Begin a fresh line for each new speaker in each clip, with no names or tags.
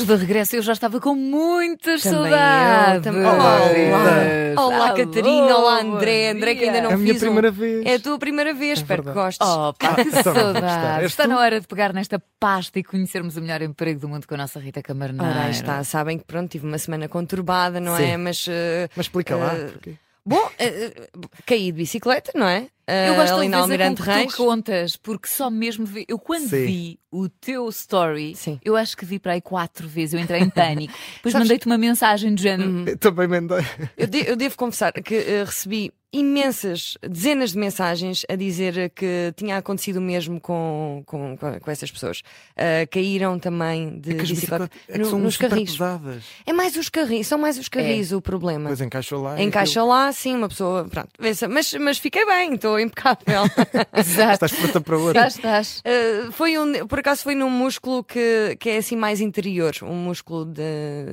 de regresso, eu já estava com muitas
Também eu,
saudades.
também.
Olá,
Olá.
Olá,
Olá,
Catarina, olá,
bom
André, André que ainda
dia.
não
É a minha
fiz
primeira
um...
vez.
É a tua primeira vez, espero que
verdade.
gostes.
Oh, pá, que
Então não vou
saudade!
gostar. És
Está
tu?
na hora de pegar nesta pasta e conhecermos o melhor emprego do mundo com a nossa Rita Camarneiro.
Ora, aí está, sabem que pronto, tive uma semana conturbada, não
Sim.
é? Mas. eh,
Mas explica lá.
eh,
porquê.
bom, eh, eh, caí de bicicleta, não é? Eh,
Eu gosto de
ali
ouvir
na Almirante
com que
Reis.
tu contas, porque só mesmo de ver. Eu quando
Sim.
vi o teu story,
Sim.
eu acho que vi para aí quatro vezes, eu entrei em pânico. Depois
Sabes- Uhum.
mandei-te uma mensagem do género.
Eu Também mandei.
Eu, de- eu devo confessar que eh, recebi imensas, dezenas de mensagens a dizer eh, que tinha acontecido o mesmo com, com, com- com essas pessoas. Eh, caíram também de
Que as
bicicleta
bicicletas é que
no-
são
nos
super
carris.
pesadas.
É mais os carris, são mais os carris o problema.
Mas encaixa lá. é
Encaixa lá, sim, uma pessoa. Pronto, pensa, mas, mas fiquei bem, estou impecável.
Exato.
aquilo. Estás pronta para outra.
Estás, estás.
Uh, foi um, por acaso foi num músculo que, que é assim mais interior, um músculo de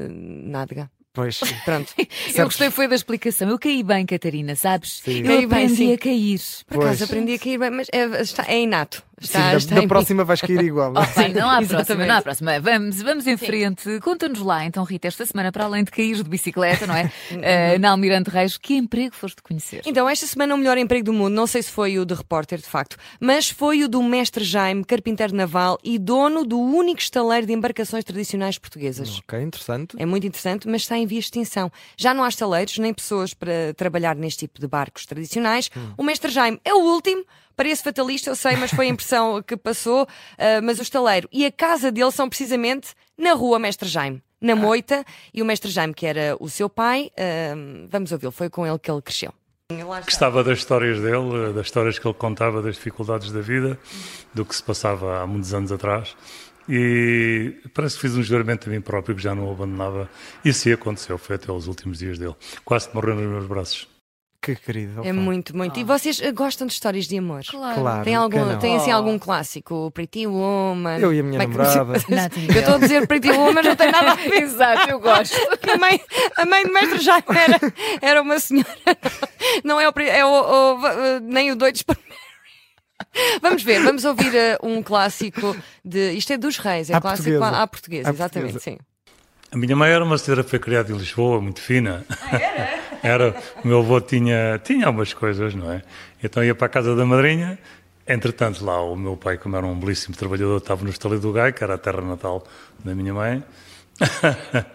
nádega.
Pois.
Pronto.
Eu gostei foi da explicação. Eu caí bem, Catarina, sabes?
Sim.
Eu
Caí bem,
aprendi
sim.
a cair.
Por acaso
Pois.
aprendi a cair bem, mas é, está- é inato. Está,
Sim, da-
está
da,
em
próxima vais cair igual.
Oh, bem, não há próxima,
Exatamente.
não há próxima. Vamos, vamos em frente. Conta-nos lá, então, Rita, esta semana, para além de cair de bicicleta, não é? Eh, na Almirante Reis, que emprego foste conhecer?
Então, esta semana o melhor emprego do mundo, não sei se foi o de repórter, de facto, mas foi o do mestre Jaime, carpinteiro naval e dono do único estaleiro de embarcações tradicionais portuguesas.
Ok, interessante.
É muito interessante, mas está em via de extinção. Já não há estaleiros nem pessoas para trabalhar neste tipo de barcos tradicionais.
Hum.
O mestre Jaime é o último. Parece fatalista, eu sei, mas foi a impressão que passou. Ah, mas o estaleiro e a casa dele são precisamente na rua Mestre Jaime, na
Ah.
Moita. E o mestre Jaime, que era o seu pai, ah, vamos ouvi-lo, foi com ele que ele cresceu.
Gostava das histórias dele, das histórias que ele contava das dificuldades da vida, do que se passava há muitos anos atrás. E parece que fiz um juramento a mim próprio que já não o abandonava. E assim aconteceu, foi até aos últimos dias dele. Quase que morreu nos meus braços.
Que querido.
É
opa.
muito, muito. E vocês ah, gostam de histórias de amor?
Claro.
Tem, algum,
quem não? Ah.
tem assim algum clássico? Pretty Woman?
Eu e a minha
Como é que-
namorada.
Nothing
Eu estou a
else.
dizer Pretty Woman, não tem nada a ver.
Exato, eu gosto.
Porque a mãe, a mãe do mestre Jaime era, era uma senhora. Não é o, pri- é o, o- v- nem o doido para Vamos ver, vamos ouvir eh, um clássico de. Isto é dos reis, é
À
clássico
portuguesa.
à, à portuguesa,
À
exatamente, sim.
A minha mãe era uma senhora que foi criada em Lisboa, muito fina. era? O meu avô tinha, tinha algumas coisas, não é? Então ia para a casa da madrinha. Entretanto, lá o meu pai, como era um belíssimo trabalhador, estava no estaleiro do Gai, que era a terra natal da minha mãe.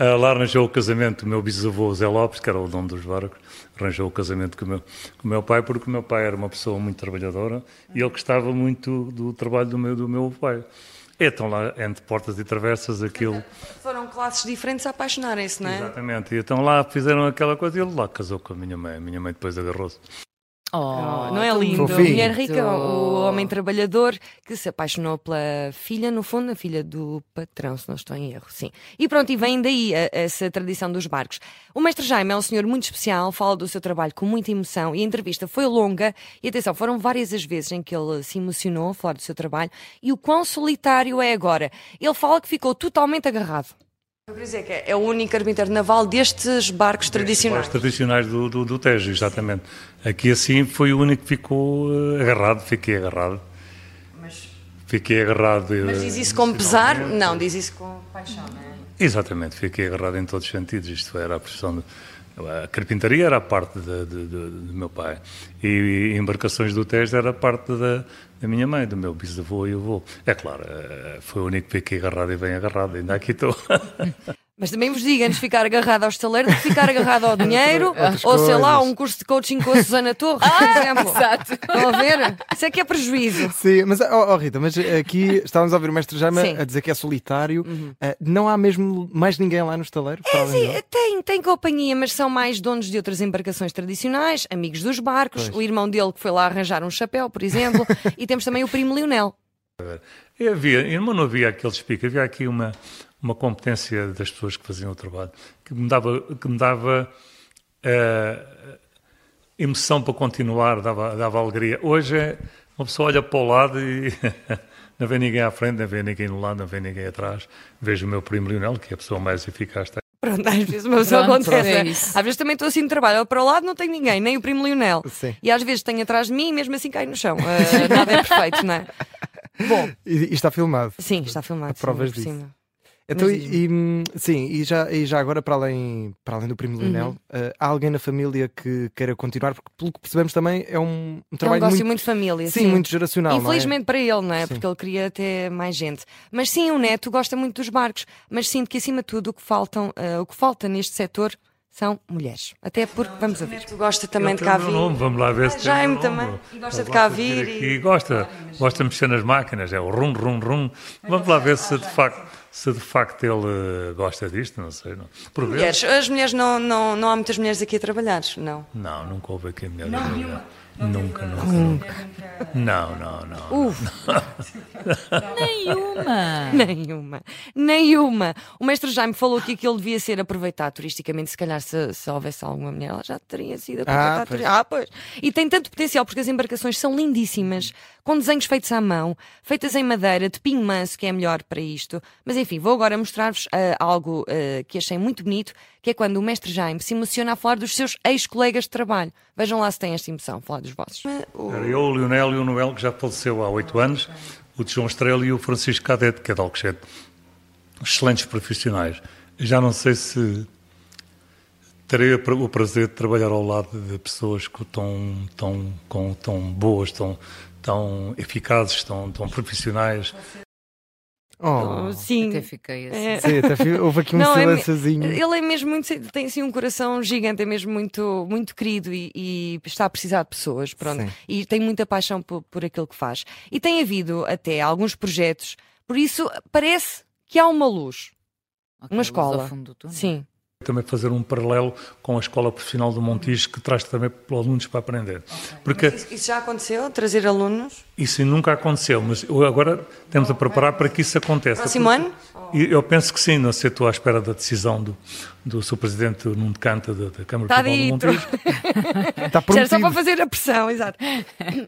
Ah, lá arranjou o casamento do meu bisavô Zé Lopes, que era o dono dos barcos, arranjou o casamento com o, meu, com o meu pai, porque o meu pai era uma pessoa muito trabalhadora e ele gostava muito do trabalho do meu, do meu pai. Então lá, entre portas e travessas, aquilo...
Foram classes diferentes a apaixonarem-se, não é?
Exatamente. E então lá fizeram aquela coisa e ele lá casou com a minha mãe. A minha mãe depois agarrou-se.
Oh,
Não é lindo? A
Fofinho.
mulher rica, o homem trabalhador que se apaixonou pela filha, no fundo, a filha do patrão, se não estou em erro, sim. E pronto, e vem daí a- essa tradição dos barcos. O mestre Jaime é um senhor muito especial, fala do seu trabalho com muita emoção e a entrevista foi longa. E atenção, foram várias as vezes em que ele se emocionou a falar do seu trabalho e o quão solitário é agora. Ele fala que ficou totalmente agarrado. Eu queria dizer que é o único carpinteiro naval destes barcos
Os tradicionais do, do, do Tejo, exatamente. Aqui assim foi o único que ficou eh, agarrado. Fiquei agarrado. Fiquei agarrado. eh,
Mas diz isso com pesar? Não, diz isso com paixão, não é?
Exatamente, fiquei agarrado em todos os sentidos. Isto era a profissão. De, a carpintaria era a parte de, de- de- do meu pai e, embarcações do Tejo era a parte da, da minha mãe, do meu bisavô e avô. É claro, eh, foi o único que fiquei agarrado e bem agarrado. Ainda aqui estou.
Mas também vos digo, antes de ficar agarrado ao estaleiro, de ficar agarrado ao dinheiro,
Outras
ou sei lá,
coisas.
um curso de coaching com a Susana Torres, por exemplo.
Ah, Exato.
Estão a ver? Isso é que é prejuízo.
Sim, mas oh, oh, Rita, mas aqui estávamos a ouvir o mestre Jaime
Sim. Uhum.
a dizer que é solitário. Ah, não há mesmo mais ninguém lá no estaleiro?
É,
para além dele?
Tem, tem companhia, mas são mais donos de outras embarcações tradicionais, amigos dos barcos, o irmão dele que foi lá arranjar um chapéu, por exemplo, e temos também o primo Leonel.
E havia, e não havia aqueles picos, havia aqui uma, uma competência das pessoas que faziam o trabalho que me dava, que me dava eh, emoção para continuar, dava, dava alegria. Hoje é, uma pessoa olha para o lado e não vê ninguém à frente, não vê ninguém no lado, não vê ninguém atrás. Vejo o meu primo Leonel, que é a pessoa mais eficaz. que
Pronto, às vezes uma pessoa
Pronto,
acontece.
é
né?
isso.
às vezes também estou assim no trabalho, olho para o lado não tenho ninguém, nem o primo Leonel.
Sim.
E às vezes tenho atrás de mim e mesmo assim caio no chão. Ah, nada é perfeito, não é? Bom,
E, e está filmado.
sim, está filmado. sim,
Há provas
por
disso.
cima.
Então,
Mas
e, e, sim, e já, e já agora, para além, para além do primo
Uhum.
Lionel, eh, há alguém na família que queira continuar? Porque, pelo que percebemos, também é um, um
É um
trabalho
negócio muito,
muito,
família.
sim, muito geracional. não é?
Infelizmente para ele, não é?
Sim.
Porque ele queria ter mais gente. Mas sim, o neto gosta muito dos barcos, mas sinto que acima de tudo o que, faltam, eh, o que falta neste setor são mulheres. Até porque, vamos ouvir. Tu gosta também
Ele tem É o meu nome, vamos lá ver se tem o
Ah, Jaime
meu
também.
nome.
E gosta
Ele
de cá
vir
vir e-
aqui, gosta, gosta de mexer nas máquinas, é o rum, rum, rum. Vamos lá ver se de facto, se de facto ele eh, gosta disto, não sei. Não. Por vezes-
Mulheres. As mulheres, não, não, não há muitas mulheres aqui a trabalhar, não.
Não, nunca houve aqui a mulher da mulher. Nunca, nunca, nunca. Não, não, não.
Nenhuma.
Nenhuma, nenhuma. O mestre Jaime falou que aquilo devia ser aproveitado turisticamente. Se calhar, se, se houvesse alguma mulher, ela já teria sido aproveitada.
Ah, pois.
turi- Ah, pois. E tem tanto potencial porque as embarcações são lindíssimas, com desenhos feitos à mão, feitas em madeira, de pinho manso, que é melhor para isto. Mas enfim, vou agora mostrar-vos ah, algo ah, que achei muito bonito, que é quando o mestre Jaime se emociona a falar dos seus ex-colegas de trabalho. Vejam lá se têm esta emoção, falar dos vossos.
Era eu, o Leonel e o Noel, que já faleceu há oito anos, o de João Estrela e o Francisco Cadete, que é de Alcochete. Excelentes profissionais. Já não sei se terei o pra- o prazer de trabalhar ao lado de pessoas co- tão, tão, com, tão boas, tão, tão eficazes, tão, tão profissionais.
Oh,
Sim.
Até fiquei assim.
É.
sim, até fi- houve aqui um
Não, é me-
silênciozinho.
Ele é mesmo muito, tem assim um coração gigante, é mesmo muito, muito querido e, e está a precisar de pessoas, pronto.
Sim.
E tem muita paixão por, por aquilo que faz. E tem havido até alguns projetos, por isso parece que há uma luz.
Ok,
Uma
luz ao
escola.
fundo do túnel.
Sim.
também fazer um paralelo com a Escola Profissional do Montijo, que traz também alunos para aprender. Porque
Isso já aconteceu? Trazer alunos?
isso nunca aconteceu, mas eu agora estamos a preparar para que isso aconteça.
Próximo ano?
E Eu penso que sim, não sei, estou à espera da decisão do, do seu presidente Nuno de Canta da, da Câmara
Está
Municipal
dito.
do Montijo.
Já era só
Está
para
Tá prometido.
fazer a pressão, exato.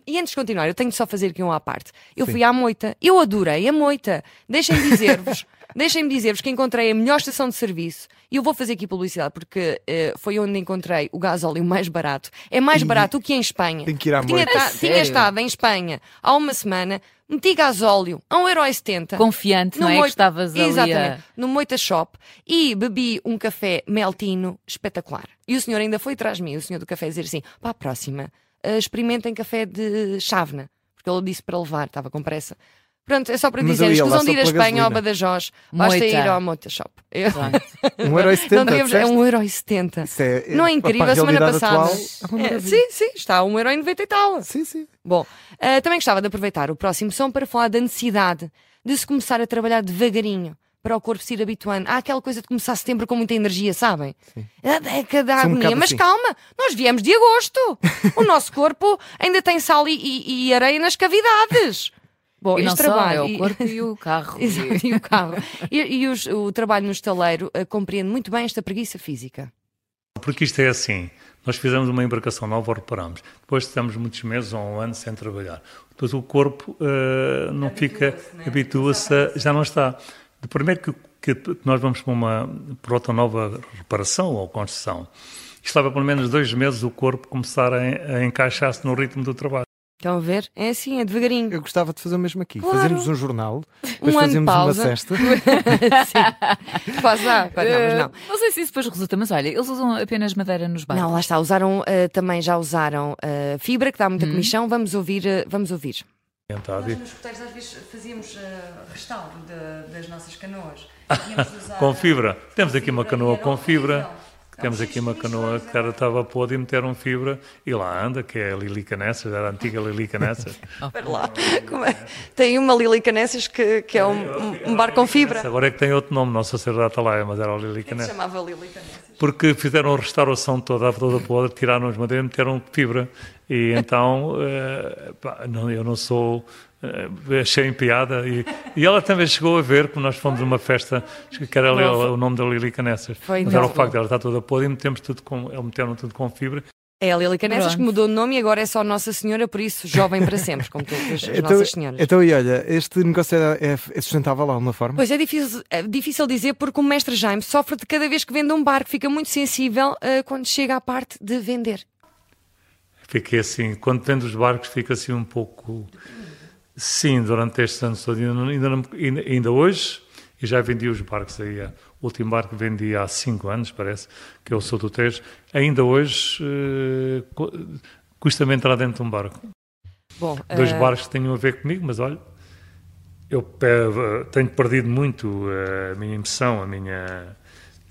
E antes de continuar, eu tenho de só fazer aqui um à parte. Eu fui à moita, eu adorei a moita. Deixem-me dizer-vos, deixem-me dizer-vos que encontrei a melhor estação de serviço. E eu vou fazer aqui publicidade porque eh, foi onde encontrei o gás óleo mais barato. É mais barato do que em Espanha.
Tem que ir à
Eu tinha,
moita.
ta-
A
tinha
sério?
estado em Espanha há uma semana, meti gás óleo a 1,70€.
Confiante, não
No
é? Que
Moita-
estavas ali a-
Exatamente. no Moita Shop e bebi um café meltino espetacular. E o senhor ainda foi atrás de mim, o senhor do café, dizer assim: para a próxima, eh, experimentem café de chávena, porque ele disse para levar, estava com pressa. Pronto, é só para
Mas
dizer,
eu ia lá
escusam de
só
ir a
pela
Espanha ou a
gasolina.
Badajoz, basta
Moita.
ir ao Moita Shop. Eu-
Um euro e
não
setenta,
devemos, é
disseste?
1,70€.
Isso é-
não é
é-
incrível?
para
A
a
semana
realidade
passada.
atual, é uma
É,
maravilha.
sim, sim, está a 1,90€ e tal.
Sim, sim.
Bom, ah, também gostava de aproveitar o próximo som para falar da necessidade de se começar a trabalhar devagarinho para o corpo se ir habituando. Há aquela coisa de começar setembro com muita energia, sabem? A década da
Sou um
agonia.
bocado
Mas
assim.
calma, nós viemos de agosto. O nosso corpo ainda tem sal e, e- e areia nas cavidades. Bom,
E
este
não só,
trabalho.
é o
e-
corpo e o carro.
Exato, e o carro. E, e os- o trabalho no estaleiro ah, compreende muito bem esta preguiça física.
Porque isto é assim, nós fizemos uma embarcação nova, reparamos, depois estamos muitos meses ou um ano sem trabalhar. Depois o corpo eh, não fica, habitua-se, a- já não está. De primeiro que, que nós vamos para uma para outra nova reparação ou construção, isto leva pelo menos dois meses o corpo começar a, en- a encaixar-se no ritmo do trabalho.
Estão a ver? É assim, é devagarinho.
Eu gostava de fazer o mesmo aqui.
Claro.
Fazemos um jornal, depois
Um ano de
fazemos
pausa.
uma cesta.
Sim. Quase lá. Quase, não, mas não.
Eh, sei se isso depois resulta, mas olha, eles usam apenas madeira nos barcos.
Não, lá está, usaram, eh, também já usaram eh, fibra, que dá muita comichão, vamos ouvir, eh, vamos ouvir.
Orientado. E-
Nós nos coteiros às vezes fazíamos eh, restauro de- das nossas canoas. Tínhamos de usar-
Ah, Com fibra. Temos aqui uma
fibra
canoa
era
com fibra.
horrível.
Temos aqui uma canoa que era, estava podre e meteram um fibra e lá anda, que é a Lilica Nessas, era a antiga Lilica Nessas.
Espera lá, como é? Tem uma Lilica Nessas que, que é um, um- um bar com fibra. É
Agora é que tem outro nome, não sacerdota lá, mas era a Lilica
Se
Nessas.
chamava Lilica Nessas.
Porque fizeram a restauração toda, toda podre, tiraram as madeiras e meteram fibra. E então, eh, pá, não, eu não sou. eh, achei em piada. E, e ela também chegou a ver, quando nós fomos a uma festa, que era ali o nome da Lilica Nessas.
Foi
mas era o
então.
facto dela estar toda podre e metemos tudo com, eh, meteram tudo com fibra.
É a Lilica Nessas que
Pronto.
mudou de nome e agora é só Nossa Senhora, por isso jovem para sempre, como todas as Nossas Senhoras.
então, e olha, este negócio é, é- é sustentável de alguma forma?
Pois é difícil, é difícil dizer porque o mestre Jaime sofre de cada vez que vende um barco, fica muito sensível eh, quando chega à parte de vender.
Fiquei assim, quando vendo os barcos, fico assim um pouco. Sim, durante estes anos todos, ainda, não- ainda, não- ainda- ainda hoje, e já vendi os barcos aí. O último barco vendi há cinco anos, parece, que eu sou do Tejo. Ainda hoje eh, cu- custa-me entrar dentro de um barco.
Bom,
Dois
eh,
barcos que tenham a ver comigo, mas olha, eu pe- tenho perdido muito eh, a minha emoção, a minha.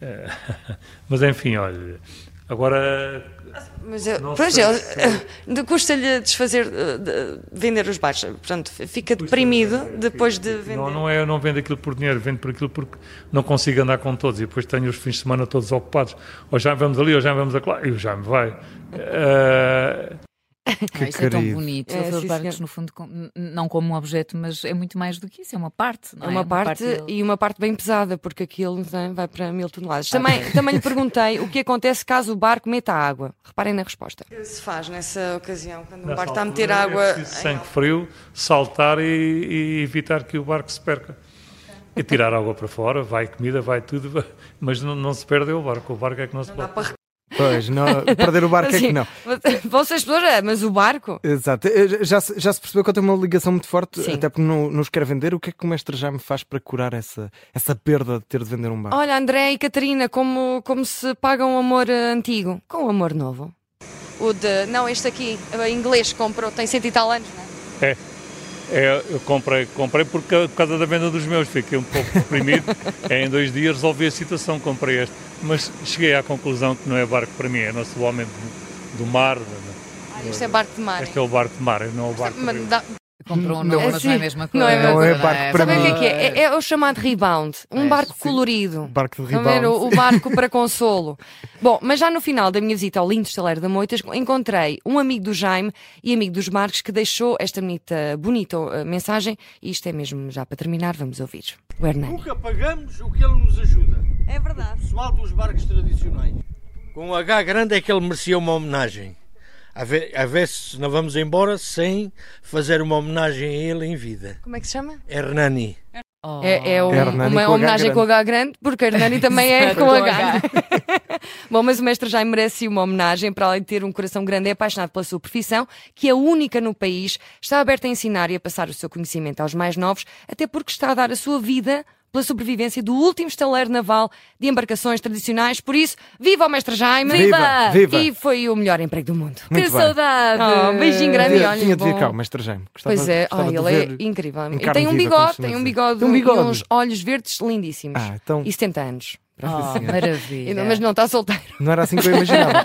eh, mas enfim, olha, agora
Mas, eh,
Não
pois,
sei
ele,
se-
eh, de- custa-lhe desfazer, eh, de- vender os bares. Portanto, f- fica deprimido depois de vender.
Não, não é, eu não vendo aquilo por dinheiro, vendo por aquilo porque não consigo andar com todos e depois tenho os fins de semana todos ocupados. Ou já vamos ali, ou já vamos lá, e já me vai. Eh,
Ah, isto é tão
querido.
bonito.
É,
Ele vê os
sim,
barcos,
senhor.
no fundo, com- n- não como um objeto, mas é muito mais do que isso. É uma parte, não é?
É uma parte
dele.
e uma parte bem pesada, porque aquilo né, vai para mil toneladas. Também, também lhe perguntei o que acontece caso o barco meta água. Reparem na resposta.
Se faz nessa ocasião, quando um
nessa altura é preciso sangue frio, saltar e, e evitar que o barco se perca. E tirar água para fora, vai comida, vai tudo, vai- mas não, não se perde o barco, o barco é que não se pode.
Pois, não, perder o barco é que
Assim,
não.
Vocês pessoas, é, mas o barco?
Exato. Eh, Já se, já se percebeu que eu tenho uma ligação muito forte,
Sim.
até porque não, não os quero vender. O que é que o mestre já me faz para curar essa, essa perda de ter de vender um barco?
Olha, André e Catarina, como, como se paga um amor eh, antigo com um amor novo.
O de, não, este aqui, eh, em inglês, comprou, tem cento e tal anos, não é?
É, é, eu comprei, comprei porque, por causa da venda dos meus, fiquei um pouco deprimido. É, em dois dias resolvi a situação, comprei este. Mas cheguei à conclusão que não é barco para mim, é não sou homem do, do mar.
Ah, este é barco de mar.
Este é o barco de mar, não é o barco de
Mas
rio.
dá-
Comprou um
Não.
novo, mas não é a
Assim,
mesma coisa.
não é mesmo. Não
é barco para
Sabem o que é
mim.
que é? É, é o chamado rebound, um
É,
barco
sim.
colorido.
Barco de
Estão a ver?
rival.
O, o barco para consolo. Bom, mas já no final da minha visita ao lindo estaleiro da Moitas, encontrei um amigo do Jaime e amigo dos Marcos que deixou esta bonita, bonita eh, mensagem. E isto é mesmo já para terminar, vamos ouvir. O Hernani.
Nunca pagamos o que ele nos ajuda.
É verdade.
Pessoal dos barcos tradicionais. Com o H grande é que ele merecia uma homenagem. A ver, a ver se não vamos embora sem fazer uma homenagem a ele em vida.
Como é que se chama?
Hernani.
Oh.
É, é um-
Hernani
uma
com H
homenagem
grande.
com H grande, porque Hernani também é
Exato,
com
com
H. Bom, mas o mestre Jaime merece uma homenagem, para além de ter um coração grande, é apaixonado pela sua profissão, que é única no país, está aberto a ensinar e a passar o seu conhecimento aos mais novos, até porque está a dar a sua vida pela sobrevivência do último estaleiro naval de embarcações tradicionais. Por isso, viva o mestre Jaime!
Viva!
Viva!
E foi o melhor emprego do mundo.
Que
Muito bem.
saudade!
Oh, beijinho grande,
Tinha-
olha,
Tinha de vir
bom.
cá, o mestre Jaime. Gostava-
Pois é,
gostava
ai,
de
ele é
ver
incrível.
em
E
carne
tem um
viva, como
bigode,
costuma
tem um
dizer.
bigode,
Tem um bigode.
e uns olhos verdes lindíssimos.
Ah, então-
E 70 anos.
Oh,
Ah.
Sim, senhora.
maravilha.
Mas não está solteiro.
Não era assim que eu imaginava.